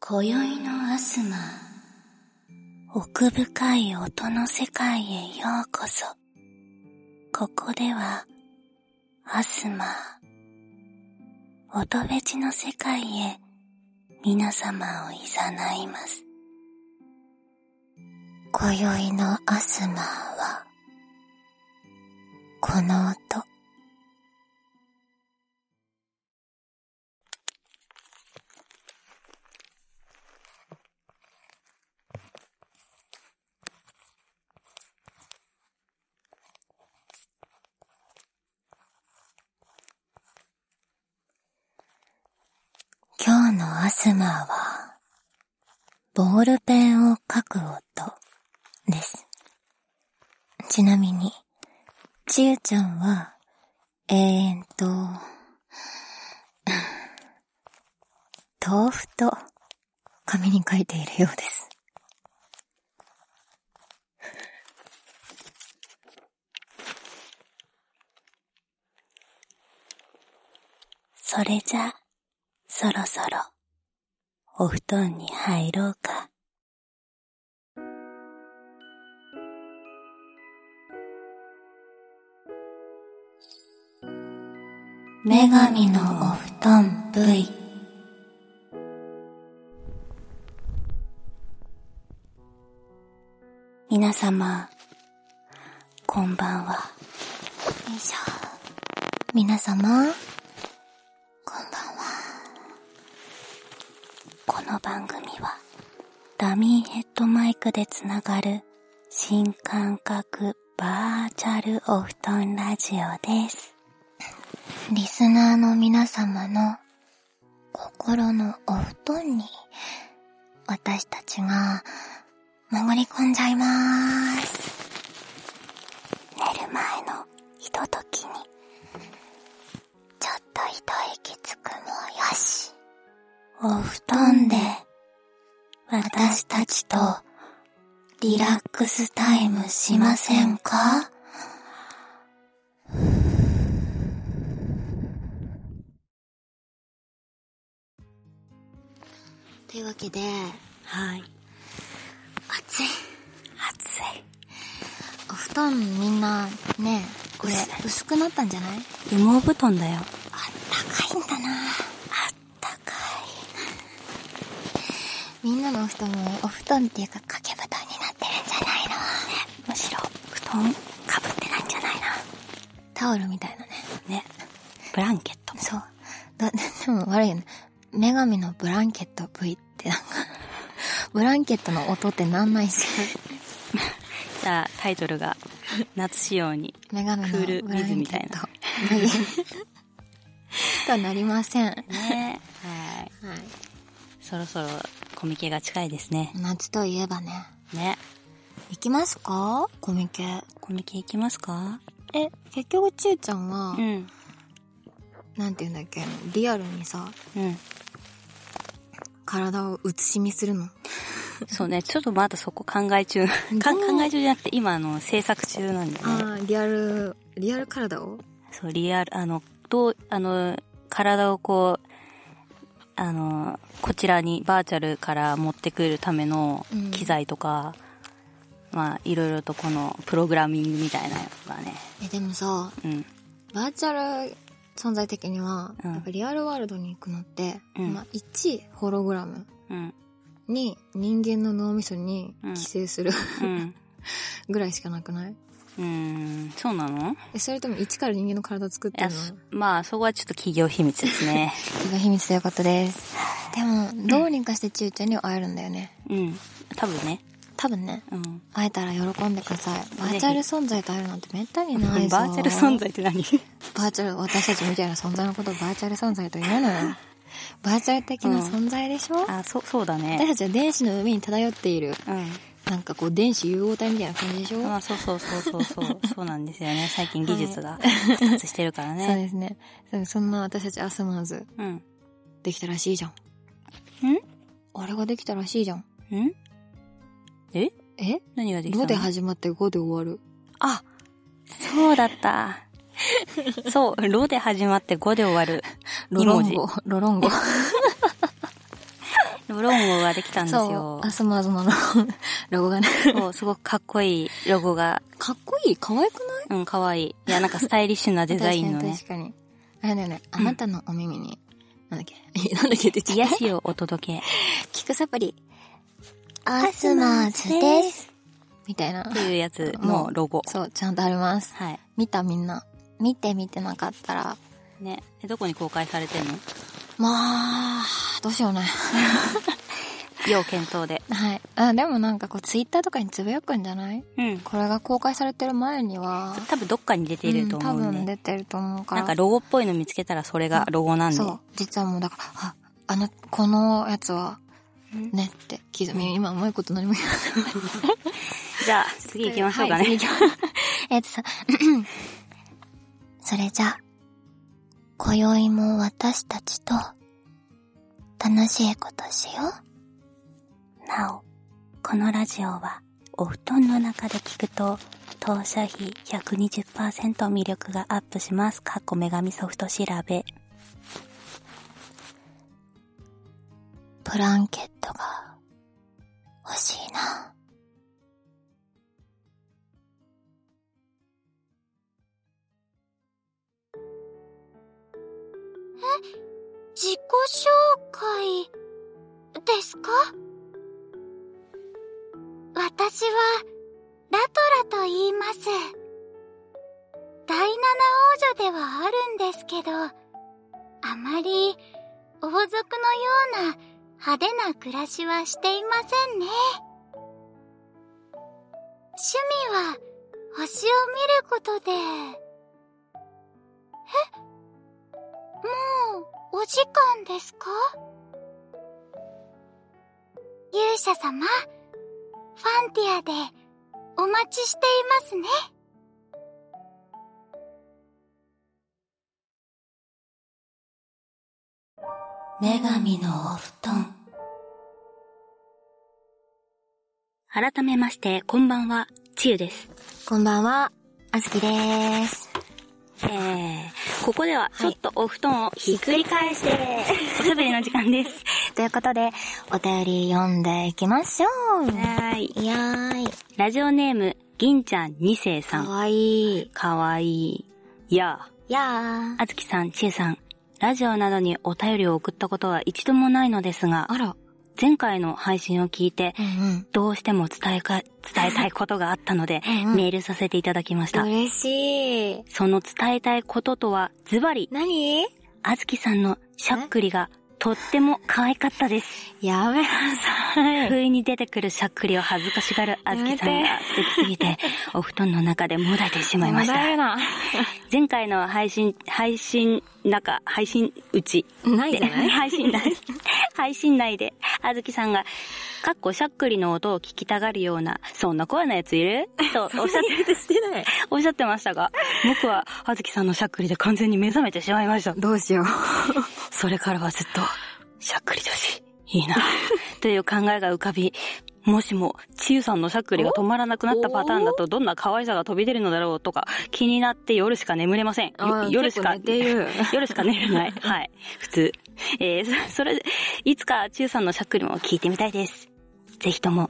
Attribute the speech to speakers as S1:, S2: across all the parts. S1: 今宵のアスマ奥深い音の世界へようこそここではアスマ音べちの世界へ皆様を誘います今宵のアスマはこの音今日のアスマは、ボールペンを書く音です。ちなみに、ちゆちゃんは、えーんと、 豆腐と紙に書いているようです。それじゃあ、そろそろ、お布団に入ろうか。女神のお布団 V。皆様、こんばんは。よいしょ。皆様、こんばんは。この番組はダミーヘッドマイクでつながる新感覚バーチャルお布団ラジオです。リスナーの皆様の心のお布団に私たちが潜り込んじゃいまーす。寝る前のひとときにちょっと一息つくもよし。お布団で私たちとリラックスタイムしませんか
S2: というわけで、
S1: はい。
S2: 暑い。
S1: 暑い。
S2: お布団みんな、ね、これ、
S1: 薄
S2: 薄くなったんじゃない
S1: 羽毛布団だよ。
S2: あったかいんだな
S1: あったか
S2: みんなのお布団も、お布団っていうか掛け布団になってるんじゃないの
S1: い。むしろ布団かぶってないんじゃない
S2: タオルみたいなね。
S1: な。ね。ブランケット。
S2: そう。だ、 でも悪いよね。女神のブランケット V ってなんか、ブランケットの音ってなんないし。
S1: じゃあタイトル が夏仕様に。
S2: 女神の
S1: クール
S2: ブランケット V。
S1: ビズみたいな
S2: とはなりません。は
S1: ね。はい。そろそろコミケが近いですね
S2: い。。夏といえばね。
S1: ね。
S2: 行きますかコミケ。
S1: コミケ行きますか
S2: え、結局ちゆちゃんは、
S1: ん。
S2: なんて言うんだっけ、リアルにさ、
S1: うん。
S2: 体を写し見するの。
S1: そうね、ちょっとまだそこ考え中。か考え中じゃなくて、今、あの、制作中なんでね。
S2: ああ、リアル、リアル体を
S1: そう、リアル、あの、どう、あの、体をこう、あの、こちらにバーチャルから持ってくるための
S2: うん
S1: 機材とか、まあ、いろいろとこの、プログラミングみたいなのがね、
S2: え、でもさ、
S1: うん。
S2: バーチャル存在的には、
S1: うん
S2: やっぱリアルワールドに行くのって、
S1: うん
S2: まあ、1、ホログラム。
S1: うん。
S2: 2、人間の脳みそに
S1: うん
S2: 寄生する
S1: うん。
S2: ぐらいしかなくない
S1: うん、そうなの
S2: え、それとも1から人間の体作っ
S1: い
S2: て
S1: や
S2: るの
S1: そまあ、そこはちょっと企業秘密ですね。
S2: が秘密ということです。でも、どうにかしてちゆちゃんには会えるんだよね。
S1: うん。多分ね。
S2: 多分ね。
S1: うん。
S2: 会えたら喜んでくださいバーチャル存在と会えるなんてめったに
S1: バ
S2: ない
S1: ー
S2: ぞ
S1: チャル存在って何
S2: バーチャル私たちみたいな存在のことをバーチャル存在と言うのよバーチャル的な存在でしょ、
S1: あ、そう、そうだ
S2: 私
S1: ね。
S2: たちは電子の海に漂っている
S1: うん。
S2: なんかこう電子融合体みたいな感じでしょ、
S1: まあ、そうそうそうそうそう。そうなんですよね。最近技術が発達してるから
S2: そう
S1: ね。
S2: ですねでそんな私たちアスマーズ
S1: うん。
S2: できたらしいじゃんあれができたらしいじゃん
S1: んんえ
S2: え
S1: 何ができたの
S2: ロで始まって5で終わる
S1: あ、そうだった。そう、ロで始まって5で終わる。
S2: ロ
S1: 2
S2: ロ
S1: 文
S2: ン
S1: 字。ロ
S2: ゴロロンゴ
S1: でもロゴができたんです
S2: そ
S1: よ
S2: う。。あ、その、そのロゴ、ロゴがね。
S1: そう、すごくかっこいいロゴが、
S2: かっこいい可愛くない
S1: うん、かわいい。いや、なんかスタイリッ シュなデザインのね、
S2: 確かに。確かにあれだよね、あなたのお耳に、なん だっけなんだっけって言っちゃ
S1: 癒
S2: っ
S1: しをお届け。
S2: た。聞くサプリ。
S1: アスマーズです。
S2: みたいな
S1: って。いう やつのロゴ。
S2: そう、ちゃんとあります。
S1: はい。
S2: 見たみんな。見て見てなかったら、
S1: ね。えどこに公開されてんの
S2: まあ、どうしようね。
S1: 要検討で。
S2: はい。あ、でもなんかこう、ツイッターとかにつぶやくんじゃない
S1: うん。
S2: これが公開されてる前には、
S1: 多分どっかに出ていると思
S2: ん
S1: う
S2: 多分
S1: んで。
S2: 出てると思うから。
S1: なんかロゴっぽいの見つけたらそれがロゴなんで。
S2: そう。実はもうだから、あ、あの、このやつは、
S1: うん
S2: ねって気づみ、今うまいこと何も言わない。
S1: じゃあ、次行きましょうか
S2: はい
S1: ね。
S2: 次行きま えっとさ、
S1: それじゃあ、今宵も私たちと、楽しいことしよう。なお、このラジオは、お布団の中で聞くと、当社費120%魅力がアップします。かっこ女神ソフト調べ。ブランケットが欲しいな。
S3: 自己紹介ですか私はラトラと言います第七王女ではあるんですけどあまり王族のような派手な暮らしはしていませんね趣味は星を見ることでえもうお時間ですか勇者様、ファンティアでお待ちしていますね。
S1: 女神のお布団。改めまして、こんばんは、ちゆです。
S2: こんばんは、あずきでーす。
S1: えー、ここではちょっとお布団をひっくり 返して、おしゃべりの時間です。
S2: ということで、お便り読んでいきましょう。
S1: はーい。
S2: いやーい。
S1: ラジオネーム、銀ちゃん二世
S2: か
S1: さん。
S2: わいい。
S1: かわいい。いやあ、
S2: やー。
S1: あずきさん、ちゆさん。ラジオなどにお便りを送ったことは一度もないのですが、
S2: あら。
S1: 前回の配信を聞いて
S2: う、ん
S1: どうしても伝えか、伝えたいことがあったので、
S2: うんうん
S1: メールさせていただきまし
S2: う
S1: た
S2: ん。。嬉しい。
S1: その伝えたいこととは、ズバリ、
S2: 何
S1: あずきさんのしゃっくりがとっても可愛かったです。
S2: やめなさい。
S1: 不意に出てくるしゃっくりを恥ずかしがるあずきさん
S2: や
S1: が素敵すぎ て、お布団の中でもだえてしまいました。
S2: えな。
S1: 前回の配信、配信中、配信うち
S2: ない
S1: で、
S2: じゃない
S1: 配信 内、配信内で、あずきさんが、かっこしゃっくりの音を聞きたがるような、そんな怖なやついるとおっ しゃって、
S2: してない。
S1: おっしゃってましたが、僕はあずきさんのしゃっくりで完全に目覚めてしまいました。
S2: どうしよう。
S1: それからはずっと、しゃっくり女子、いいな、という考えが浮かび、もしも、ちゆさんのしゃっくりが止まらなくなったパターンだと、どんな可愛さが飛び出るのだろうとか、気になって夜しか眠れません。よ夜しか、
S2: っていう。
S1: 夜しか寝れない。はい。普通。えー、そそれ、いつかちゆさんのしゃっくりも聞いてみたいです。ぜひとも、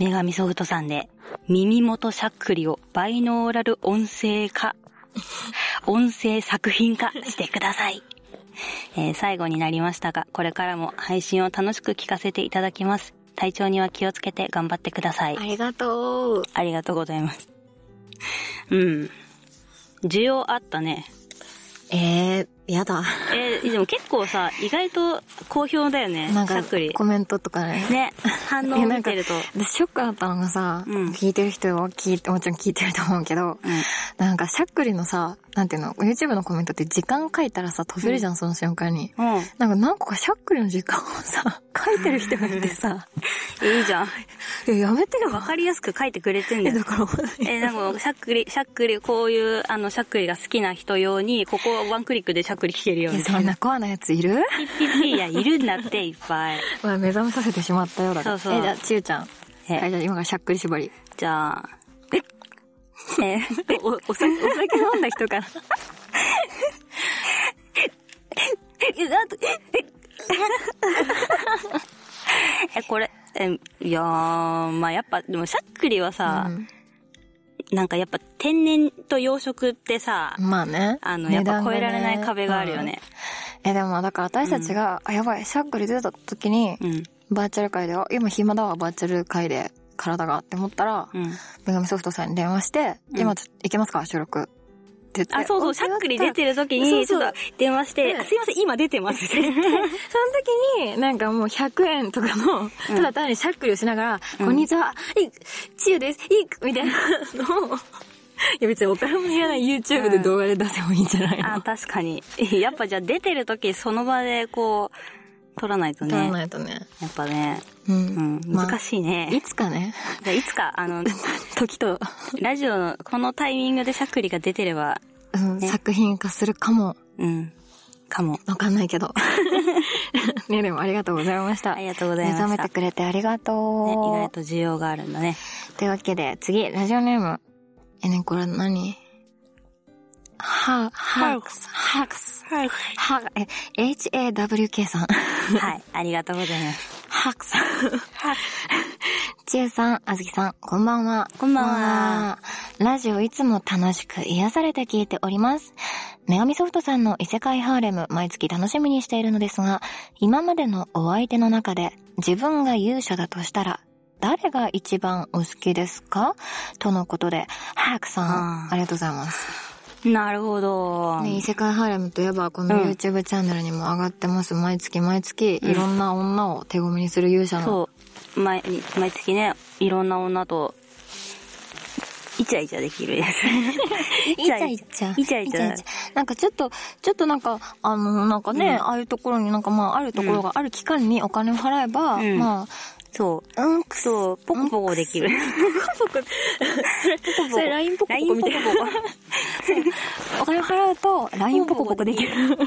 S1: 女神ソフトさんで、耳元しゃっくりをバイノーラル音声 化、音声作品化してください。えー最後になりましたが、これからも配信を楽しく聞かせていただきます。体調には気をつけて頑張ってください。
S2: ありがとう。
S1: ありがとうございます。うん。需要あったね。
S2: えー、やだ。
S1: えーでも結構さ、意外と好評だよね。
S2: なん
S1: しゃ
S2: か
S1: っくり、
S2: コメントとかね。
S1: ね、反応を見てると。
S2: でショックだったのがさ、
S1: うん
S2: 聞いてる人は聞いて、もちろん聞いてると思うけど、
S1: う
S2: なんかしゃっくりのさ、なんていうの、YouTube のコメントって時間書いたらさ、飛べるじゃん、その瞬間に。
S1: ん。うん。
S2: なんか何個かしゃっくりの時間をさ、書いてる人がいてさ、
S1: いいじゃん。
S2: いややめてよ。
S1: わかりやすく書いてくれてんだ
S2: え、
S1: よ
S2: だ。から、
S1: え、なんか、しゃっくり、しゃっくり、こういう、あの、しゃっくりが好きな人用に、ここはワンクリックでしゃっくり聞けるよ
S2: いや
S1: み
S2: そ
S1: たい
S2: ん
S1: な。
S2: なコアなやついる
S1: ピッピッピいや、いるんだって、いっぱい。
S2: まあ、目覚めさせてしまったようだから。
S1: そうそう
S2: え、じゃあ、ちゆちゃん。
S1: え
S2: はい、じゃあ今からしゃっくり絞り。
S1: じゃ あ、え、え、
S2: お、お酒、お酒飲んだ人 から。
S1: え、これ、え、いやー、まあやっぱ、でもさっくりはさ、
S2: うん
S1: なんかやっぱ天然と養殖ってさ、
S2: まあね。
S1: あの、やっぱ
S2: 値段
S1: 超
S2: がね
S1: えられない壁があるよね。。
S2: うんえ、でも、だから私たちが、あ、やばい、しゃっくり出た時に、
S1: うん。
S2: バーチャル界で、あ、今暇だわ、バーチャル界で、体がって思ったら、
S1: うん。
S2: 女神ソフトさんに電話して、
S1: うん
S2: 今ちょっと行けますか、収録。って言って。
S1: あ、そうそう、しゃっくり出てる時に、ち
S2: そ
S1: ょ
S2: うそう
S1: っと電話して、
S2: うん
S1: あすいません、今出てます。
S2: その時に、なんかもう100円とかの、ただ単にしゃっくりをしながら、こんにちは、いっ、ちゆです、いっ、みたいなのを、い や別にお金もいらない YouTube で動画で出せもいいんじゃない
S1: あ、
S2: の
S1: 確かに。 やっぱじゃあ出てる時、その場でこう、撮らないとね。
S2: 撮らないとね。
S1: やっぱね、
S2: う
S1: うん、
S2: まあ
S1: 難しい
S2: い
S1: ね。
S2: つか ね、
S1: じゃあいつか、あ の、
S2: 時と、
S1: ラジオのこのタイミングでしゃっくりが出てれば、
S2: うん
S1: ね
S2: 作品化するかも、
S1: うん、かも。
S2: わかんないけ ど。 ね、でもありがとうございました。
S1: ありがとうございました
S2: 目覚めてくれてありがと
S1: ね、意
S2: う。
S1: 外と需要があるん だね。
S2: というわけで、次、ラジオネーム。え、ね、これ何ハ、ハークス、ハークス。
S1: はい。
S2: ハー、え、HAWK さん。
S1: はい、ありがとうございます。
S2: ハークさん。ちえさん、あずきさん、こんばんは。
S1: こんばんは
S2: こんばんは。ラジオいつも楽しく癒されて聞いております。女神ソフトさんの異世界ハーレム、毎月楽しみにしているのですが、今までのお相手の中で、自分が勇者だとしたら、誰が一番お好きですかとのことで、ハークさん、
S1: あ
S2: あ
S1: ー
S2: りがとうございます。
S1: なるほど。
S2: ね、異世界ハーレムといえば、この
S1: うん
S2: YouTube チャンネルにも上がってます。毎月毎月、いろんな女を手ごみにする勇者の
S1: そう、毎、毎月ね、いろんな女と、イチャイチャできるや つ。イ
S2: イチャイチャ。
S1: イチャイチャ。
S2: なんかちょっと、ちょっとなんか、あの、なんかね、
S1: うん
S2: ああいうところになんかまあ、あるところがある期間にお金を払えば、
S1: うん
S2: ま
S1: そう。
S2: あ、うん、くそ。
S1: そう、ポコポコできる。ポコポコ。
S2: それ LINE ポコポコみたいな
S1: LINE ポコポコ
S2: お金を払うと、LINE ポコポコできる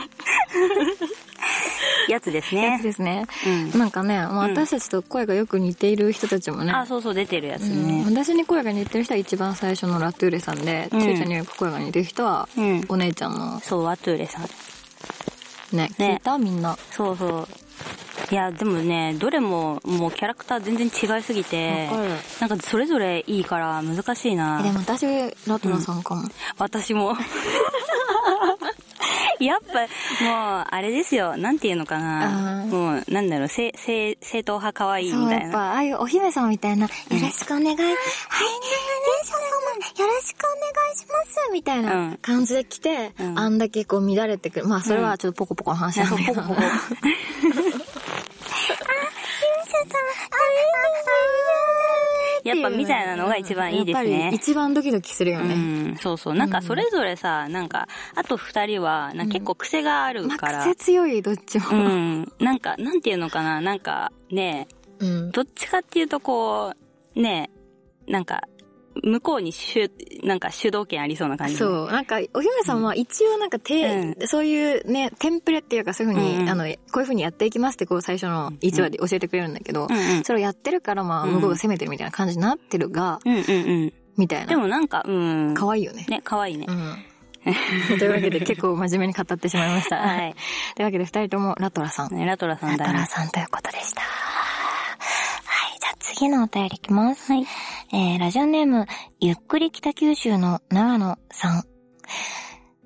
S1: やつです
S2: やつ
S1: ね。
S2: ですね。
S1: うん。
S2: なんかね、まあ、
S1: うん
S2: 私たちと声がよく似ている人たちもね、
S1: あ、そうそう、出てるやつ
S2: うん
S1: ね。
S2: 私に声が似てる人は一番最初のラトゥーレさんで、
S1: うん
S2: ちゅうちゃんに声が似てる人は、
S1: うん
S2: お姉ちゃんの
S1: そう、ワトゥーレさん。
S2: ね、
S1: ね
S2: 聞いたみんな。
S1: そうそう。いや、でもね、どれも、もうキャラクター全然違いすぎて
S2: わかる、
S1: なんかそれぞれいいから難し
S2: え
S1: い
S2: で
S1: な。
S2: も私、ラトゥーレさんかも。
S1: 私も。 やっぱ、もう、あれですよ。なんていうのかな。
S2: あー
S1: もう、なんだろう、正、正、正統派可愛いみ
S2: そ
S1: た
S2: う、や
S1: い
S2: っ
S1: な。
S2: ぱ、ああいうお姫様みたいな、よろしくお願い、はい、お姉様、よろしくお願いします、みたい
S1: うん
S2: な感じで来て、
S1: うん
S2: あんだけこう乱れてくる。まあ、それはちょっとポコポコの話なんだけど。
S1: そうポコポコ やっぱみたいなのが一番いいです
S2: やっぱり
S1: ね。
S2: 一番ドキドキするよ
S1: う
S2: ね。
S1: ん、そうそう。なんかそれぞれさ、なんか、あと二人は、なんか結構癖がある
S2: ま
S1: か
S2: あ、
S1: ら。
S2: 癖強い、どっちも。
S1: うん。なんか、なんていうのかな、なんか、ね、
S2: うん。
S1: どっちかっていうとこう、ね、なんか、向こうに主、なんか主導権ありそうな感じ。
S2: そう。なんか、お姫様は一応なんか、て、そういうね、テンプレっていうか、そういうふうに、
S1: うんうん
S2: あの、こういうふうにやっていきますって、こう、最初の1話で教えてくれるんだけど、
S1: うんう ん。
S2: それをやってるから、まあ、
S1: うん
S2: 向こうが攻めてるみたいな感じになってるが、
S1: うんうんうん。
S2: みたいな。
S1: でもなんか、うん。
S2: 可愛いよね。
S1: ね、可愛いね
S2: う。ん。というわけで結構真面目に語ってしまいました。
S1: は。い。
S2: というわけで二人ともラトラさん。
S1: ねラトラさん
S2: ラト
S1: だ
S2: ラ
S1: ね。
S2: さんということでした。はい、じゃあ次のお便りいきます。はい。えー、ラジオネーム、ゆっくり北九州の長野さん。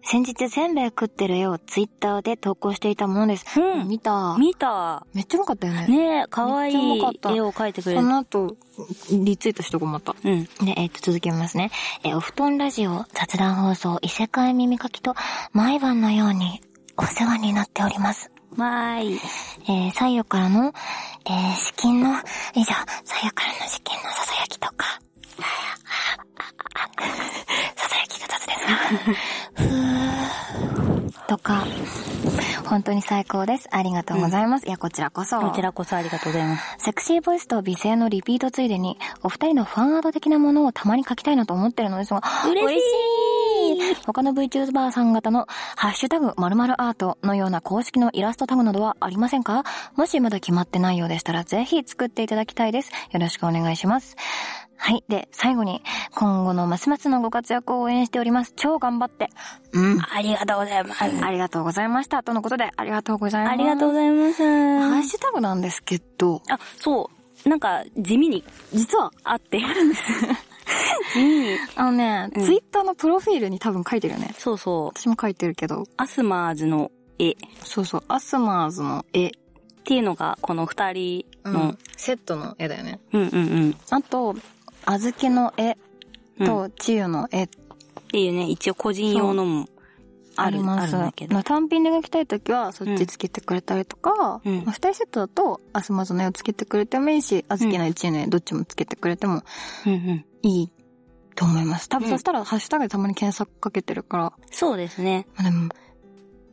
S2: 先日せんべい食ってる絵をツイッターで投稿していたものです。
S1: うん
S2: 見た。
S1: 見た。
S2: めっちゃ良かったよね。
S1: ね可愛い
S2: めっちゃうまかった
S1: 絵を描いてくれ
S2: そ
S1: る。
S2: の後、リツイートしとこうまた。
S1: うん。
S2: で、えっ、と、続きますね。えーお布団ラジオ、雑談放送、異世界耳かきと、毎晩のように、お世話になっております。
S1: わーい。
S2: えー左右からの、えー、資金の、以上、左右からの資金のささやきとか、ささやきが雑ですが、ふー、とか、本当に最高です。ありがとうございます。いや、こちらこそ。
S1: こちらこそありがとうございます。
S2: セクシーボイスと美声のリピートついでに、お二人のファンアート的なものをたまに書きたいなと思ってるのですが、嬉しい他の VTuber さん方の、ハッシュタグ〇〇アートのような公式のイラストタグなどはありませんかもしまだ決まってないようでしたら、ぜひ作っていただきたいです。よろしくお願いします。はい。で、最後に、今後のますますのご活躍を応援しております。超頑張って。うん。
S1: ありがとうございます。
S2: ありがとうございました。とのことで、ありがとうございます。
S1: ありがとうございます。
S2: ハッシュタグなんですけど、
S1: あ、そう。なんか、地味に、実はあって。あるんです。地味に。
S2: あのね、
S1: うん
S2: ツイッターのプロフィールに多分書いてるよね。
S1: そうそう。
S2: 私も書いてるけど、
S1: アスマーズの絵っ
S2: そうそう、アスマーズの絵
S1: ていうのが、この二人
S2: の
S1: の、
S2: セットの絵だよね。
S1: うん、うんうん
S2: あと、あずきの絵
S1: うん
S2: と、ちゆの絵
S1: っていうね、一応個人用のも
S2: あ
S1: ある、
S2: り
S1: あ
S2: ま
S1: るん
S2: す。
S1: だけど
S2: まあ。単品で描きたいときは、そっちつけてくれたりとか、
S1: うん
S2: まあ二人セットだと、アスマーズの絵をつけてくれてもいいし、あずきの絵、ちゆの絵、どっちもつけてくれても
S1: うんうん。
S2: いいと思います。多分、
S1: うん
S2: そしたら、ハッシュタグでたまに検索かけてるから、ま
S1: そうですね。
S2: あでも、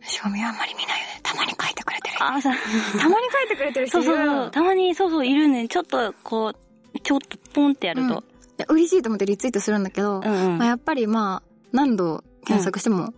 S2: しごみはあんまり見ないよね。たまに描いてくれてる。
S1: あ、さ、
S2: たまに描いてくれてる
S1: そ
S2: 人
S1: う
S2: いる
S1: そうそう。たまに、そうそう、いるね。ちょっと、こう、ちょっと、ポンってやると。
S2: いや嬉しいと思ってリツイートするんだけど、
S1: うん、うん、
S2: まあ、やっぱりまあ、何度検索しても、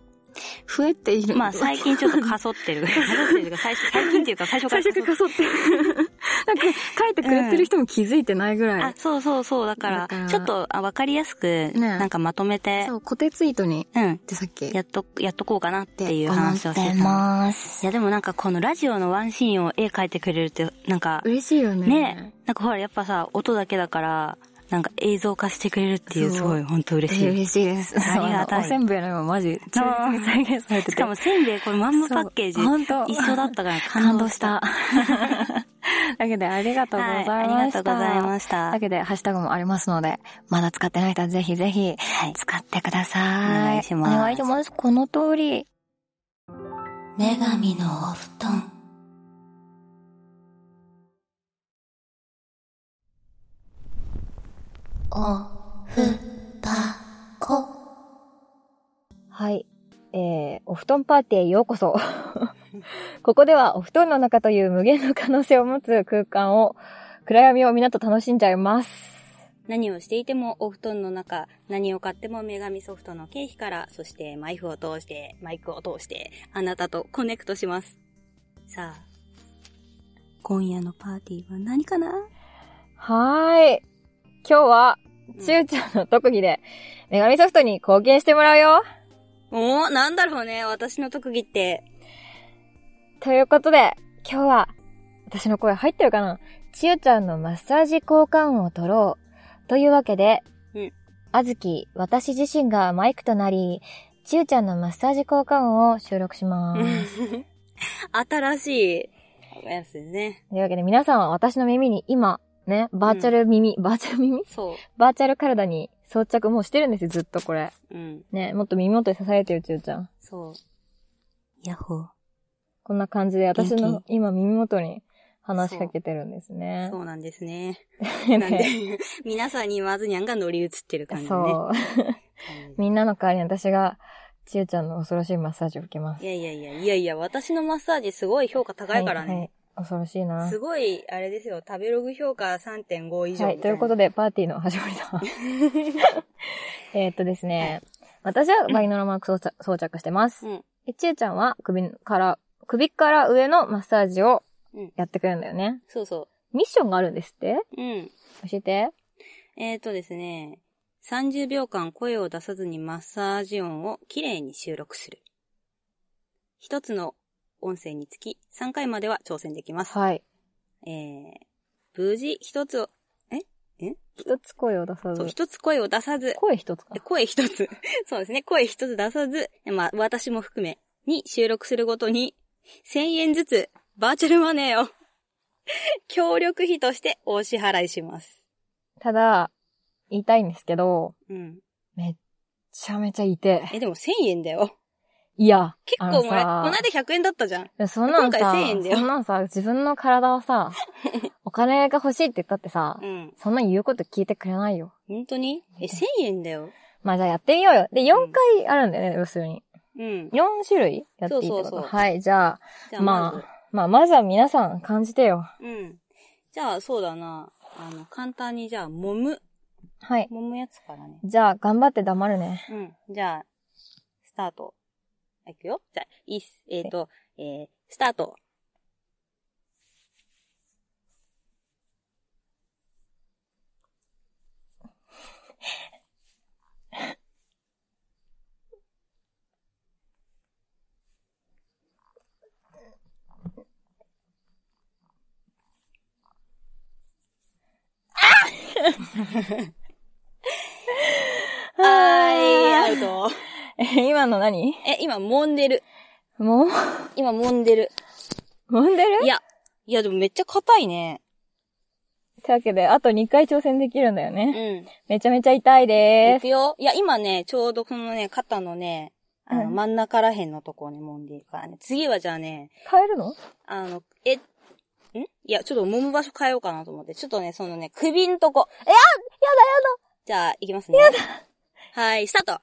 S2: 増えている。
S1: まあ、最近ちょっとか そってる。かそってるというか、最初、最近っていうか、最初から
S2: 最
S1: かそ
S2: 初
S1: っ
S2: からそって。 なんか、書いてくれてる人も気づいてないぐら
S1: あ
S2: い、。
S1: そうそうそう。だか
S2: だ
S1: ら
S2: から、
S1: ちょっと、あ、わかりやすく、
S2: ね
S1: なんかまとめて、
S2: そう、固定ツイートに、
S1: うん。
S2: でさっき。
S1: やっと、やっとこうかなっていう
S4: 思
S1: 話を
S4: っ
S1: して
S4: て
S1: た。
S4: ます。
S1: いや、でもなんかこのラジオのワンシーンを絵描いてくれるって、なんか、
S2: 嬉しいよね。
S1: ね、なんかほら、やっぱさ、音だけだから、なんか映像化してくれるっていう、
S2: そう
S1: すごい、本当嬉しい。
S2: 嬉しいです。
S1: ありがた い
S2: そうのおせんべいの絵もマジ、忠実に再現されてて。
S1: しかも、せんべい、これまんまパッケージ、
S2: 本当
S1: 一緒だったから
S2: 感動 した。。だけで、ありがとうございました。
S1: はいありがとうございました
S2: だけで、ハッシュタグもありますので、まだ使ってない人はぜひぜひ、
S1: はい。
S2: 使ってください。
S1: お願いします
S2: お願いします。この通り。
S4: 女神のお布団。おふたこ。
S5: はい。えー、お布団パーティーへようこ そ。ここではお布団の中という無限の可能性を持つ空間を、暗闇をみんなと楽しんじゃいます。
S1: 何をしていてもお布団の中、何を買っても女神ソフトの経費から、そしてマイクを通して、マイクを通して、あなたとコネクトします。さあ、今夜のパーティーは何かな
S5: はーい。今日は、ちゅうちゃんの特技で、女神ソフトに貢献してもらうよ。
S1: おー、なんだろうね、私の特技って。
S5: ということで、今日は、私の声入ってるかなちゆちゃんのマッサージ交換音を取ろう。というわけで、
S1: うん
S5: あずき、私自身がマイクとなり、ちゆちゃんのマッサージ交換音を収録します。
S1: 新しいやつですね。
S5: というわけで、皆さんは私の耳に今、ね、バーチャル耳、バーチャル耳
S1: そ
S5: バーチャル体に装着もうしてるんですよ、ずっとこれ。
S1: う。うん、
S5: ね、もっと耳元で支えてるちゆちゃん。
S1: そう。ヤッホー。
S5: こんな感じで、私の
S1: 元
S5: 今耳元に話しかけてるんですね。
S1: そうなんですね。
S5: ね
S1: なんで、皆さんにまずにゃんが乗り移ってる感じね。
S5: そう。
S1: うん
S5: みんなの代わりに私が、ちゆちゃんの恐ろしいマッサージを受けます。
S1: いやいやいや、いやいや、私のマッサージすごい評価高いからね。
S5: はいはい恐ろしいな。
S1: すごい、あれですよ、食べログ評価3.5以上
S5: はい、ということ
S1: で。
S5: で、パーティーの始まり だ。えーっとですね、私はバイノラマーク装着装着してます。
S1: うん
S5: でちゆちゃんは首から、首から上のマッサージを
S1: うん
S5: やってくれるんだよね。
S1: そうそ
S5: ミッションがあるんですって
S1: う。うん。
S5: 教えて。
S1: えーとですね、30秒間声を出さずにマッサージ音をきれいに収録する。一つの音声につき3回までは挑戦できます。
S5: はい。
S1: えー、無事一つを、
S5: 一つ声を出さ
S1: そう
S5: ず。
S1: 一つ声を出さず、
S5: 声一つか
S1: で。声一つ。 そうですね。声一つ出さず、まあ、私も含め、に収録するごとに、1000円ずつ、バーチャルマネーを、 協力費としてお支払いします。
S5: ただ、言いたいんですけど、
S1: うん。
S5: めっちゃめちゃ痛い。
S1: え、でも1000円だよ。
S5: いや、
S1: 結
S5: あ
S1: 構
S5: の
S1: もらえ、こ
S5: さ
S1: の間100円だったじゃん。
S5: いやそんなん
S1: 今
S5: さ、
S1: 回1000円だよ
S5: そんなんさ、自分の体を さ、お金が欲しいって言ったってさ
S1: う、ん。
S5: そんなん言うこと聞いてくれないよ。
S1: 本当にえ、1000円だよ。
S5: まあじゃあやってみようよ。で、4回あるんだよね、要するに。
S1: うん。
S5: 4種類やっていいってこと
S1: そうそうそう
S5: はい、じゃあ、
S1: じゃあ、まず、
S5: ままあまずは皆さん感じてよ。
S1: うん。じゃあ、そうだな。あの、簡単に、じゃあ、揉む。
S5: はい。
S1: 揉むやつからね。
S5: じゃあ、頑張って黙るね。
S1: うん。じゃあ、スタート。いくよ。じゃあ、いいっす。えっ、と、えー、スタート。は ーい、アウト。
S2: え今の何
S1: え、今揉んでる。
S2: もう、
S1: 今揉んでる。
S2: 揉んでる
S1: いや、いやでもめっちゃ硬いね。
S2: というわけで、あと2回挑戦できるんだよ
S1: う
S2: ね。
S1: ん。
S2: めちゃめちゃ痛いで
S1: い
S2: す。
S1: くよ。いや、今ね、ちょうどこのね、肩のね、あの、
S2: うん
S1: 真ん中らへんのところに揉んでいくからね。次はじゃあね、
S2: 変えるの
S1: あの、え、んいや、ちょっと揉む場所変えようかなと思って。ちょっとね、そのね、首んとこ。え、ややだやだじゃあ、いきますね。やだはい、ス タート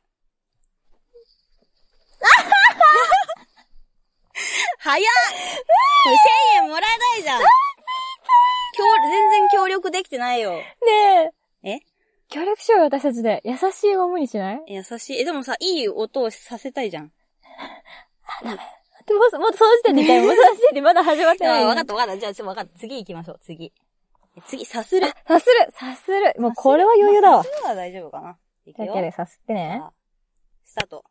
S1: 早っこれ1000円もらえないじゃん協全然協力できてないよ。
S2: ねえ。
S1: え
S2: 協力しようよ、私たちで。優しいもむにしない
S1: 優しい。え、でもさ、いい音をさせたいじゃん。
S2: でも、もうその時点で痛い。もうその時点でまだ始まってない
S1: あ
S2: よ。
S1: わかったわかった。じゃあ、ちょっとわかった。次行きましょう。次。次、さする。
S2: さするさするもうこれは余裕だわ。
S1: さするは大丈夫かな。いく
S2: だ
S1: よ。
S2: けでさすってね。
S1: さあスタート。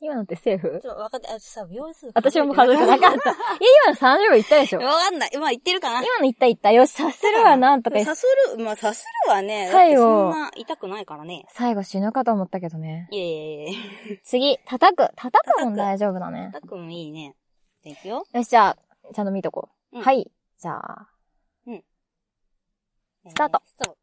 S2: 今のってセーフ
S1: ちょっとわかって、あ、さ、秒数
S2: 私はもう数えてなか った。いや、今の30秒いったでしょ。
S1: わかんない。まあ、言ってるかな。
S2: 今のいったいった。よし、さするはなんとか
S1: さする、まあ、さするはね、だっ
S2: 最
S1: てそ
S2: 後
S1: んな痛くないからね。
S2: 最後死ぬかと思ったけどね。
S1: いやいやいや
S2: 次、叩く。叩くも
S1: 叩
S2: ん
S1: く
S2: 大丈夫だね。
S1: 痛くもいいね。じゃあいくよ。
S2: よし、じゃあ、ちゃんと見とこう。
S1: うん
S2: はい。じゃあ、スタート
S1: え。スタート。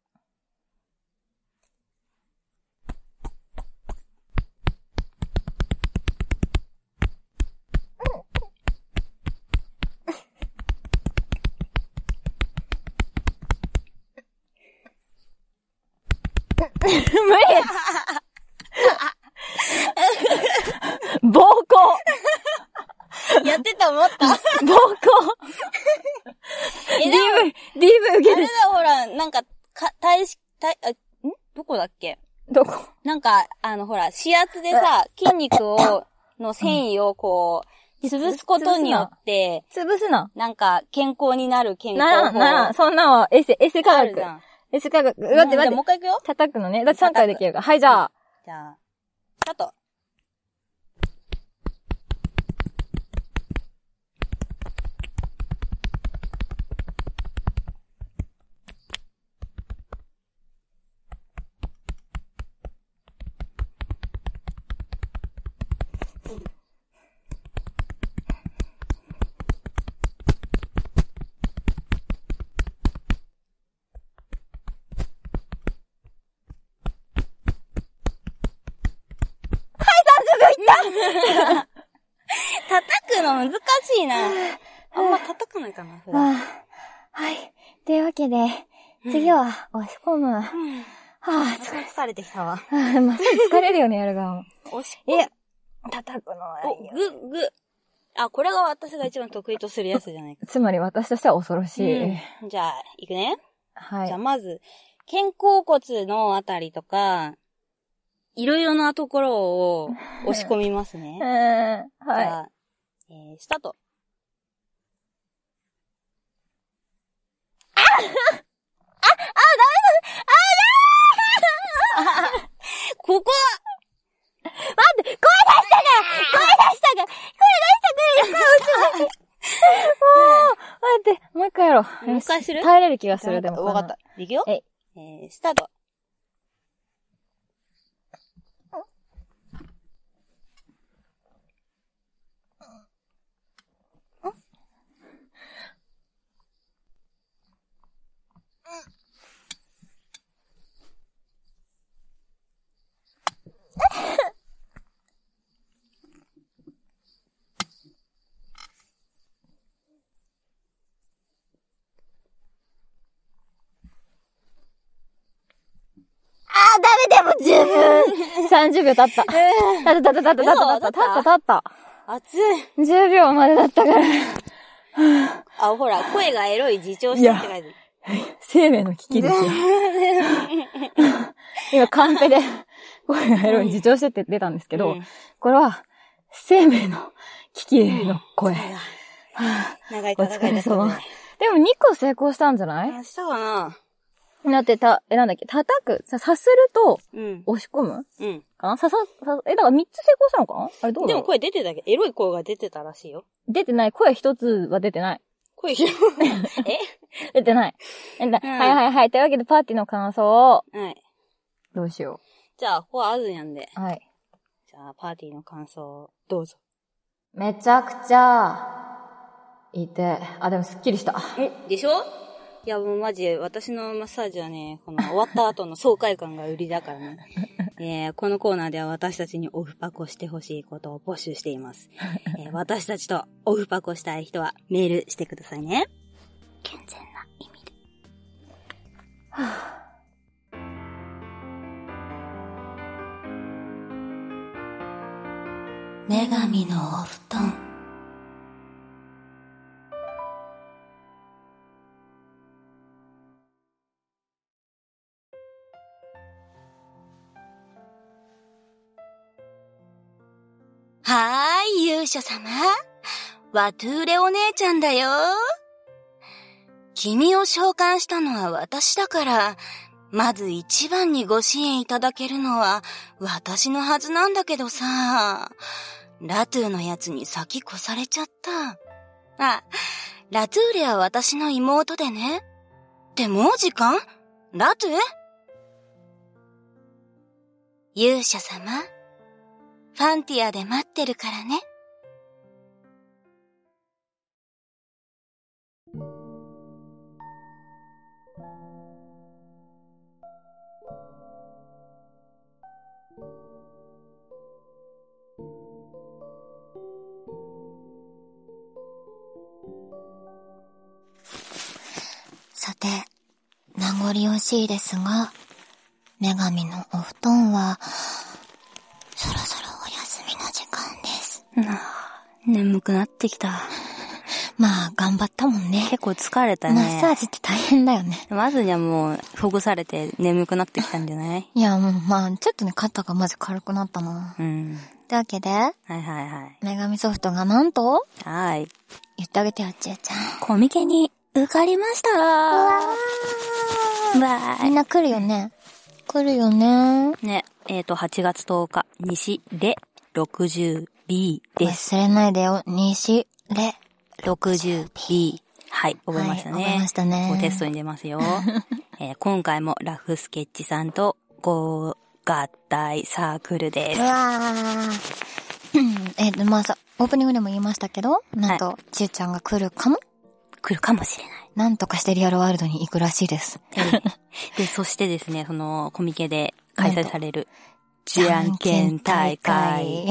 S2: 暴行
S1: やってた 思った。
S2: 暴行
S1: え、でも
S2: !DV、DV 受
S1: あ
S2: け
S1: れ
S2: る
S1: だ、ほら、なんか、か、体し、体、あ、んどこだっけ
S2: どこ
S1: なんか、あの、ほら、指圧でさ、筋肉を、の繊維をこう、潰すことによって、
S2: 潰すな。
S1: なんか、健康になる健
S2: ならん、
S1: 康法
S2: ならん。そんなんは、エセ、エセ科
S1: ある
S2: 学
S1: じ。ゃん。
S2: エセ科学。だって、
S1: じゃ
S2: 待
S1: あ
S2: っ
S1: もう
S2: て
S1: 一、回いくよ。
S2: 叩くのね。だって3回できるから。はい、じゃあ、
S1: じゃあ、スタート。叩くの難しいな。あんま叩かないかな、普段。
S2: ああはい。というわけで、次は、押し込む。はあ、
S1: 疲れ疲れてきたわ。
S2: あ まっすぐ疲れるよね、やる側も。
S1: おし、
S2: いや、叩くのは
S1: お、ぐ、ぐ。あ、これが私が一番得意とするやつじゃないか。
S2: つまり私としては恐ろしい。
S1: うんじゃあ、いくね。
S2: は
S1: じゃあ
S2: い。
S1: まず、肩甲骨のあたりとか、いろいろなところを押し込みますね。
S2: う
S1: じ
S2: ん、は
S1: ゃあ、えー、スタート。あああ、ダメだあ、だここ
S2: い。待って、もう一回やろう。
S1: もう一回する
S2: 耐えれる気がする、でも。
S1: わかった。。いくよ。
S2: えい
S1: えー、スタート。
S2: 30秒経った。たったたったたったたったたったたったたった。
S6: 熱い。
S2: 10秒までだったから。
S6: あ、ほら、声がエロい自重してって書いて
S2: 生命の危機ですよ。今、カンペ で、声がエロい自重してって出たんですけ
S6: け
S2: ど、これは、生命の危機の声。
S6: 長い
S2: お
S6: 戦
S2: 疲
S6: いだ
S2: れ
S6: った
S2: 様
S6: ね。。
S2: でも2個成功したんじゃない
S6: あ、したかな
S2: だってた、え、なんだっけ、叩く、さ、さすると、
S6: うん。
S2: 押し込む
S6: うん。
S2: かなささ、さ、え、だから3つ成功したのかなあれどう
S6: で
S2: だ
S6: も
S2: ろう
S6: 声出てたけど、エロい声が出てたらしいよ。
S2: 出てない。声一つは出てない。
S6: 声広
S2: 出てない。えな
S6: うん
S2: はいはいはい。というわけで、パーティーの感想を、
S6: い。はい。
S2: どうしよ
S6: じゃあ、フォアアズやんで。
S2: う。はい。
S6: じゃあ、パーティーの感想をどうぞ。
S2: めちゃくちゃ、いて、あ、でもすっきりした。
S6: んでしょいや、もうマジ、私のマッサージはね、この終わった後の爽快感が売りだから ね。えーこのコーナーでは私たちにオフパコしてほしいことを募集しています。えー私たちとオフパコしたい人はメールしてくださいね。
S1: 健全な意味で。女神のお布団。はーい、勇者様。ワトゥーレお姉ちゃんだよ。君を召喚したのは私だから、まず一番にご支援いただけるのは私のはずなんだけどさ、ラトゥーのやつに先越されちゃった。あ、ラトゥーレは私の妹でね。ってもう時間ラトゥー勇者様、ファンティアで待ってるからね。
S3: さて、名残惜しいですが、女神のお布団は、そろそろお休みの時間です。
S1: なあ、眠くなってきた。
S3: まあ、頑張ったもんね。
S1: 結構疲れたね。
S3: マッサージって大変だよね。
S1: まずにはもう、ほぐされて眠くなってきたんじゃない
S3: いや、もう、まあ、ちょっとね、肩がマジ軽くなったな。
S1: うん。
S3: ってわけで、
S1: はいはいはい。
S3: 女神ソフトがなんと
S1: はい。
S3: 言ってあげてよ、ちえちゃ
S1: コミケに受かりましたわ
S3: ん。み
S1: ー
S3: んな来るよね。来るよね。
S1: い。ね、えっ、と、8月10日、西で 60B です。
S3: 忘れないでよ、西、レ。
S1: 60B。はい、覚えましたね。
S3: はい覚えましたね
S1: こうテストに出 ますよ。えー今回もラフスケッチさんと合体サークルで
S3: う
S1: す。
S3: わー。うんえっと、まあさ、オープニングでも言いましたけど、なんと、ちえちゃんが来るかも
S1: 来るかもしれない。
S3: なんとかしてリアルワールドに行くらしいです。
S1: で、そしてですね、そのコミケで開催される、じゃんけん大会。。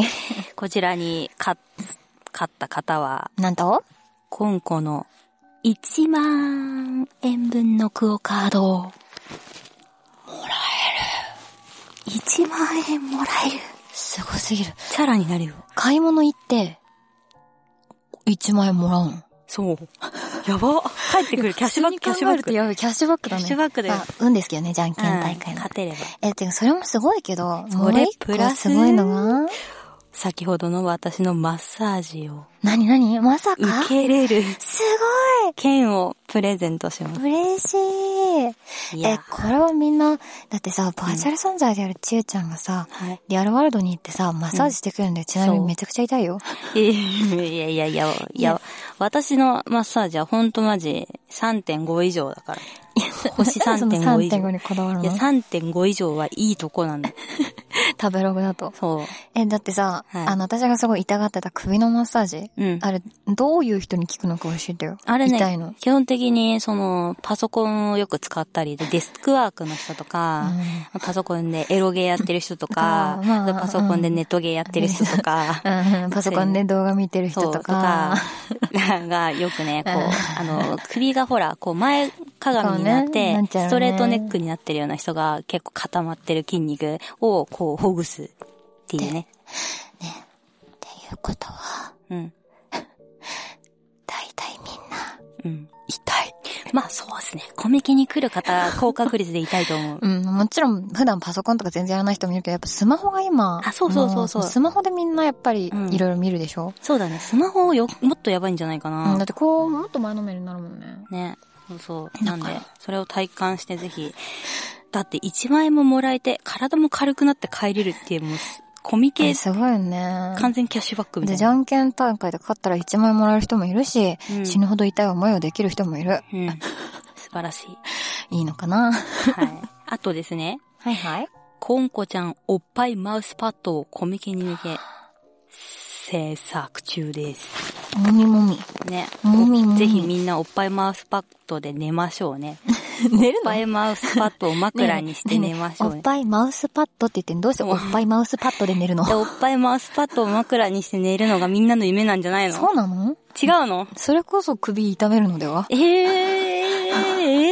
S1: こちらに勝つ、勝った方は、
S3: なんと
S1: 今後の1万円分のクオカードを、もらえる。1万円もらえる。
S3: すごすぎる。
S1: チャラになるよ。
S3: 買い物行って、1万円もらうの。
S1: そう。やば。帰ってくる。キャッシュバック、キャッシュバック。
S3: やばい、キャッシュバックだね。
S1: キャッシュバックだよ
S3: まあ運ですけどね、じゃんけん大
S1: う
S3: 会
S1: ん
S3: の
S1: 勝。てれば。
S3: え、てか、それもすごいけど、
S1: それ
S3: もう一個
S1: プラス
S3: すごいのが、
S1: 先ほどの私のマッサージを
S3: なになにまさ
S1: 受
S3: か
S1: けれる
S3: す
S1: 券をプレゼントしま
S3: ごい嬉しい。
S1: す。い
S3: え、
S1: や。
S3: これはみんな、だってさ、バーチャル存在であるちゆちゃんがさ、
S1: はい。
S3: リアルワールドに行ってさ、マッサージしてくるんだよ。ちなみ
S1: そう
S3: にめちゃくちゃ 痛いよ。
S1: いやいやいや、いや、私のマッサージはほんとマジ3.5以上だから。星
S3: その
S1: 3.5以上。
S3: 3.5にこだわる
S1: いや、
S3: の
S1: 3.5以上はいいとこなんだ。
S3: 食べログだと。
S1: そ
S3: え、だってさ、
S1: はい
S3: あの、私がすごい痛がってた首のマッサージ。
S1: う。うん。
S3: あれ、どういう人に効くのか教えてよ。
S1: あれ
S3: 痛いの
S1: ね。、基本的に、その、パソコンをよく使ったりで、デスクワークの人と
S3: う
S1: か、
S3: ん
S1: パソコンでエロゲーやってる人と
S3: あ
S1: か
S3: ー、まあ
S1: パソコンでネットゲーやってる人とか、
S3: うんうんパソコンで動画見てる
S1: そ
S3: 人
S1: う
S3: と
S1: と
S3: か
S1: か、、 がよくね、こう、
S3: うん
S1: あの、首がほら、こう前かがみになっ
S3: そうね
S1: て、
S3: なっちゃうね
S1: ストレートネックになってるような人が結構固まってる筋肉をこうほぐすっていうね。
S3: っていうことは、
S1: うん。
S4: 大体みんな、
S1: うん。
S4: 痛い。
S1: まあそうですね。コミケに来る方、高確率でいたいと思う。
S2: うん、もちろん普段パソコンとか全然やらない人もいるけど、やっぱスマホが今、
S1: あそうそうそうそう
S2: もスマホでみんなやっぱり
S1: うん
S2: いろいろ見るでしょ、
S1: そうだね。スマホをよ、もっとやばいんじゃないか
S2: うん、だ
S1: な
S2: っ。てこう、もっと前のめりになるもんね。
S1: ね。そうそう。なんで
S2: だから、
S1: それを体感してぜひ。だって1万円ももらえて、体も軽くなって帰れるっていう、もうす、コミ
S2: え
S1: ケ、
S2: すごいよね。
S1: 完全キャッシュバックみた
S2: で、
S1: い
S2: じ
S1: な。
S2: ゃんけん大会で勝ったら1万円もらえる人もいるし、
S1: うん
S2: 死ぬほど痛い思いをできる人もいる。
S1: うん。素晴らしい。
S2: いいのかな
S1: はい。あとですね、
S2: はいはい。
S1: コンコちゃんおっぱいマウスパッドをコミケに向け、制作中です。
S2: もみもみ。
S1: ね。
S2: もみもみ
S1: ぜひみんなおっぱいマウスパッドで寝ましょうね。
S2: 寝る
S1: おっぱいマウスパッドを枕にして寝ましょう
S2: おっ
S1: ね。
S2: ぱいマウスパッドって言ってんのどうしておっぱいマウスパッドで寝るの
S1: でおっぱいマウスパッドを枕にして寝るのがみんなの夢なんじゃない の
S2: そうなの
S1: 違うの
S2: それこそ首痛めるのでは
S1: えー、えー、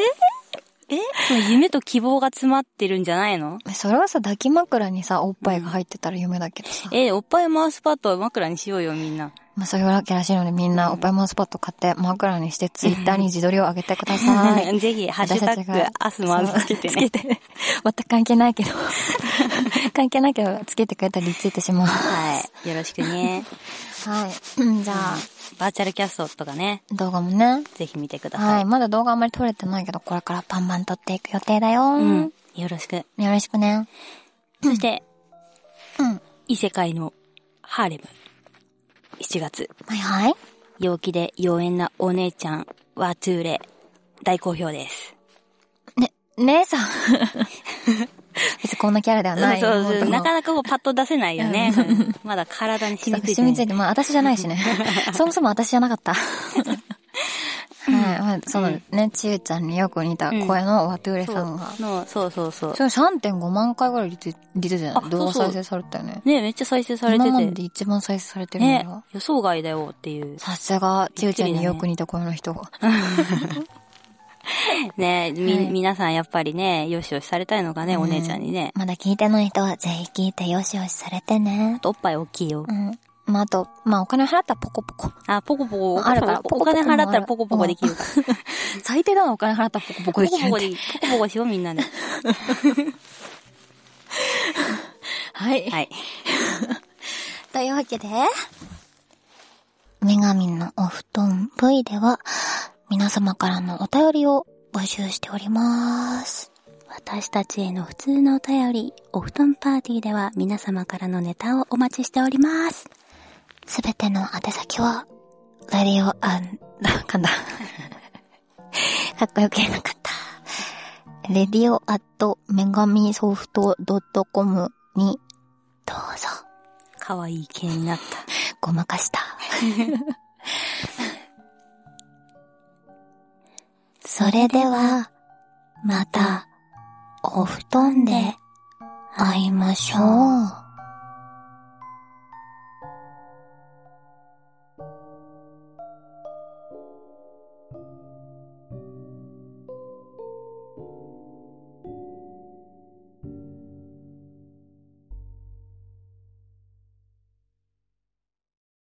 S1: えその夢と希望が詰まってるんじゃないの
S2: それはさ、抱き枕にさ、おっぱいが入ってたら夢だけどさ。
S1: えーおっぱいマウスパッドを枕にしようよみんな。
S2: まあそういうわけらしいのでみんなおっぱいマウスパッド買って枕にしてツイッターに自撮りを上げてくだ さい。
S1: ぜひ、ハッシュタグ、アスマウスつけて
S2: つけ
S1: ね。
S2: て。全く関係ないけど。 関係ないけど、つけてくれたりついてしまう。
S1: はい。よろしくね。
S2: はい。うん じゃあ、
S1: バーチャルキャストとかね、
S2: 動画もね。
S1: ぜひ見てくだ
S2: は
S1: さ
S2: い。
S1: い。
S2: まだ動画あんまり撮れてないけど、これからバンバン撮っていく予定だよ。
S1: うん。よろしく。
S2: よろしくね。
S1: そして、
S2: うん。
S1: 異世界のハーレム。7月、
S2: はいはい。
S1: 陽気で妖艶なお姉ちゃん、ワトゥーレ、大好評です。
S2: ね、姉 さん。別にこんなキャラではない。
S1: そうそう
S2: 本当の
S1: なかなかこうパッと出せないよね。 まだ体に染みついて
S2: 染みつい
S1: ね。
S2: て、まあ私じゃないしね。 そもそも私じゃなかった。はい、まあ、そのね、ちゆちゃんによく似た声のワトゥーレさんが。
S1: の、そうそうそう
S2: そ。れ3.5万回ぐらいリツイリツイートじゃな
S1: あ
S2: い動画
S1: そうそ
S2: 再
S1: う
S2: 生されたよね。
S1: ねめっちゃ再生されて
S2: 今まで
S1: て。
S2: で一番再生されてるんだ
S1: ね
S2: よ。
S1: 予想外だよっていう。
S2: さすが、ちゆちゃんによく似た声の人が。
S1: ねみ、
S2: はい
S1: 皆さんやっぱりね、よしよしされたいのがね、お姉ちゃんにね。
S2: まだ聞いてない人はぜひ聞いてよしよしされてね。
S1: おっぱい大きいよ
S2: う。ん。まあ、あと、まあ、お金払ったらポコポコ。
S1: あ、ポコポコ。
S2: あるからポコ
S1: お金
S2: ポコもある
S1: 払ったらポコポコできるから。
S2: 最低だな、お金払ったらポコポコ
S1: ポ
S2: で
S1: コ
S2: きる
S1: ポ
S2: っ
S1: コ
S2: て
S1: でいい、ポコポコしようみん なで。
S2: はい。
S1: はい。
S2: というわけで、女神のお布団 V では、皆様からのお便りを募集しております。
S4: 私たちへの普通のお便り、お布団パーティーでは皆様からのネタをお待ちしております。
S2: すべての宛先は、ラディオアン、あ、かんだ。かっこよく言えなかった。レディオアットメガミソフトドットコムに、どうぞ、
S1: 可愛い系になった。
S2: ごまかした。
S4: それでは、また、お布団で会いましょう。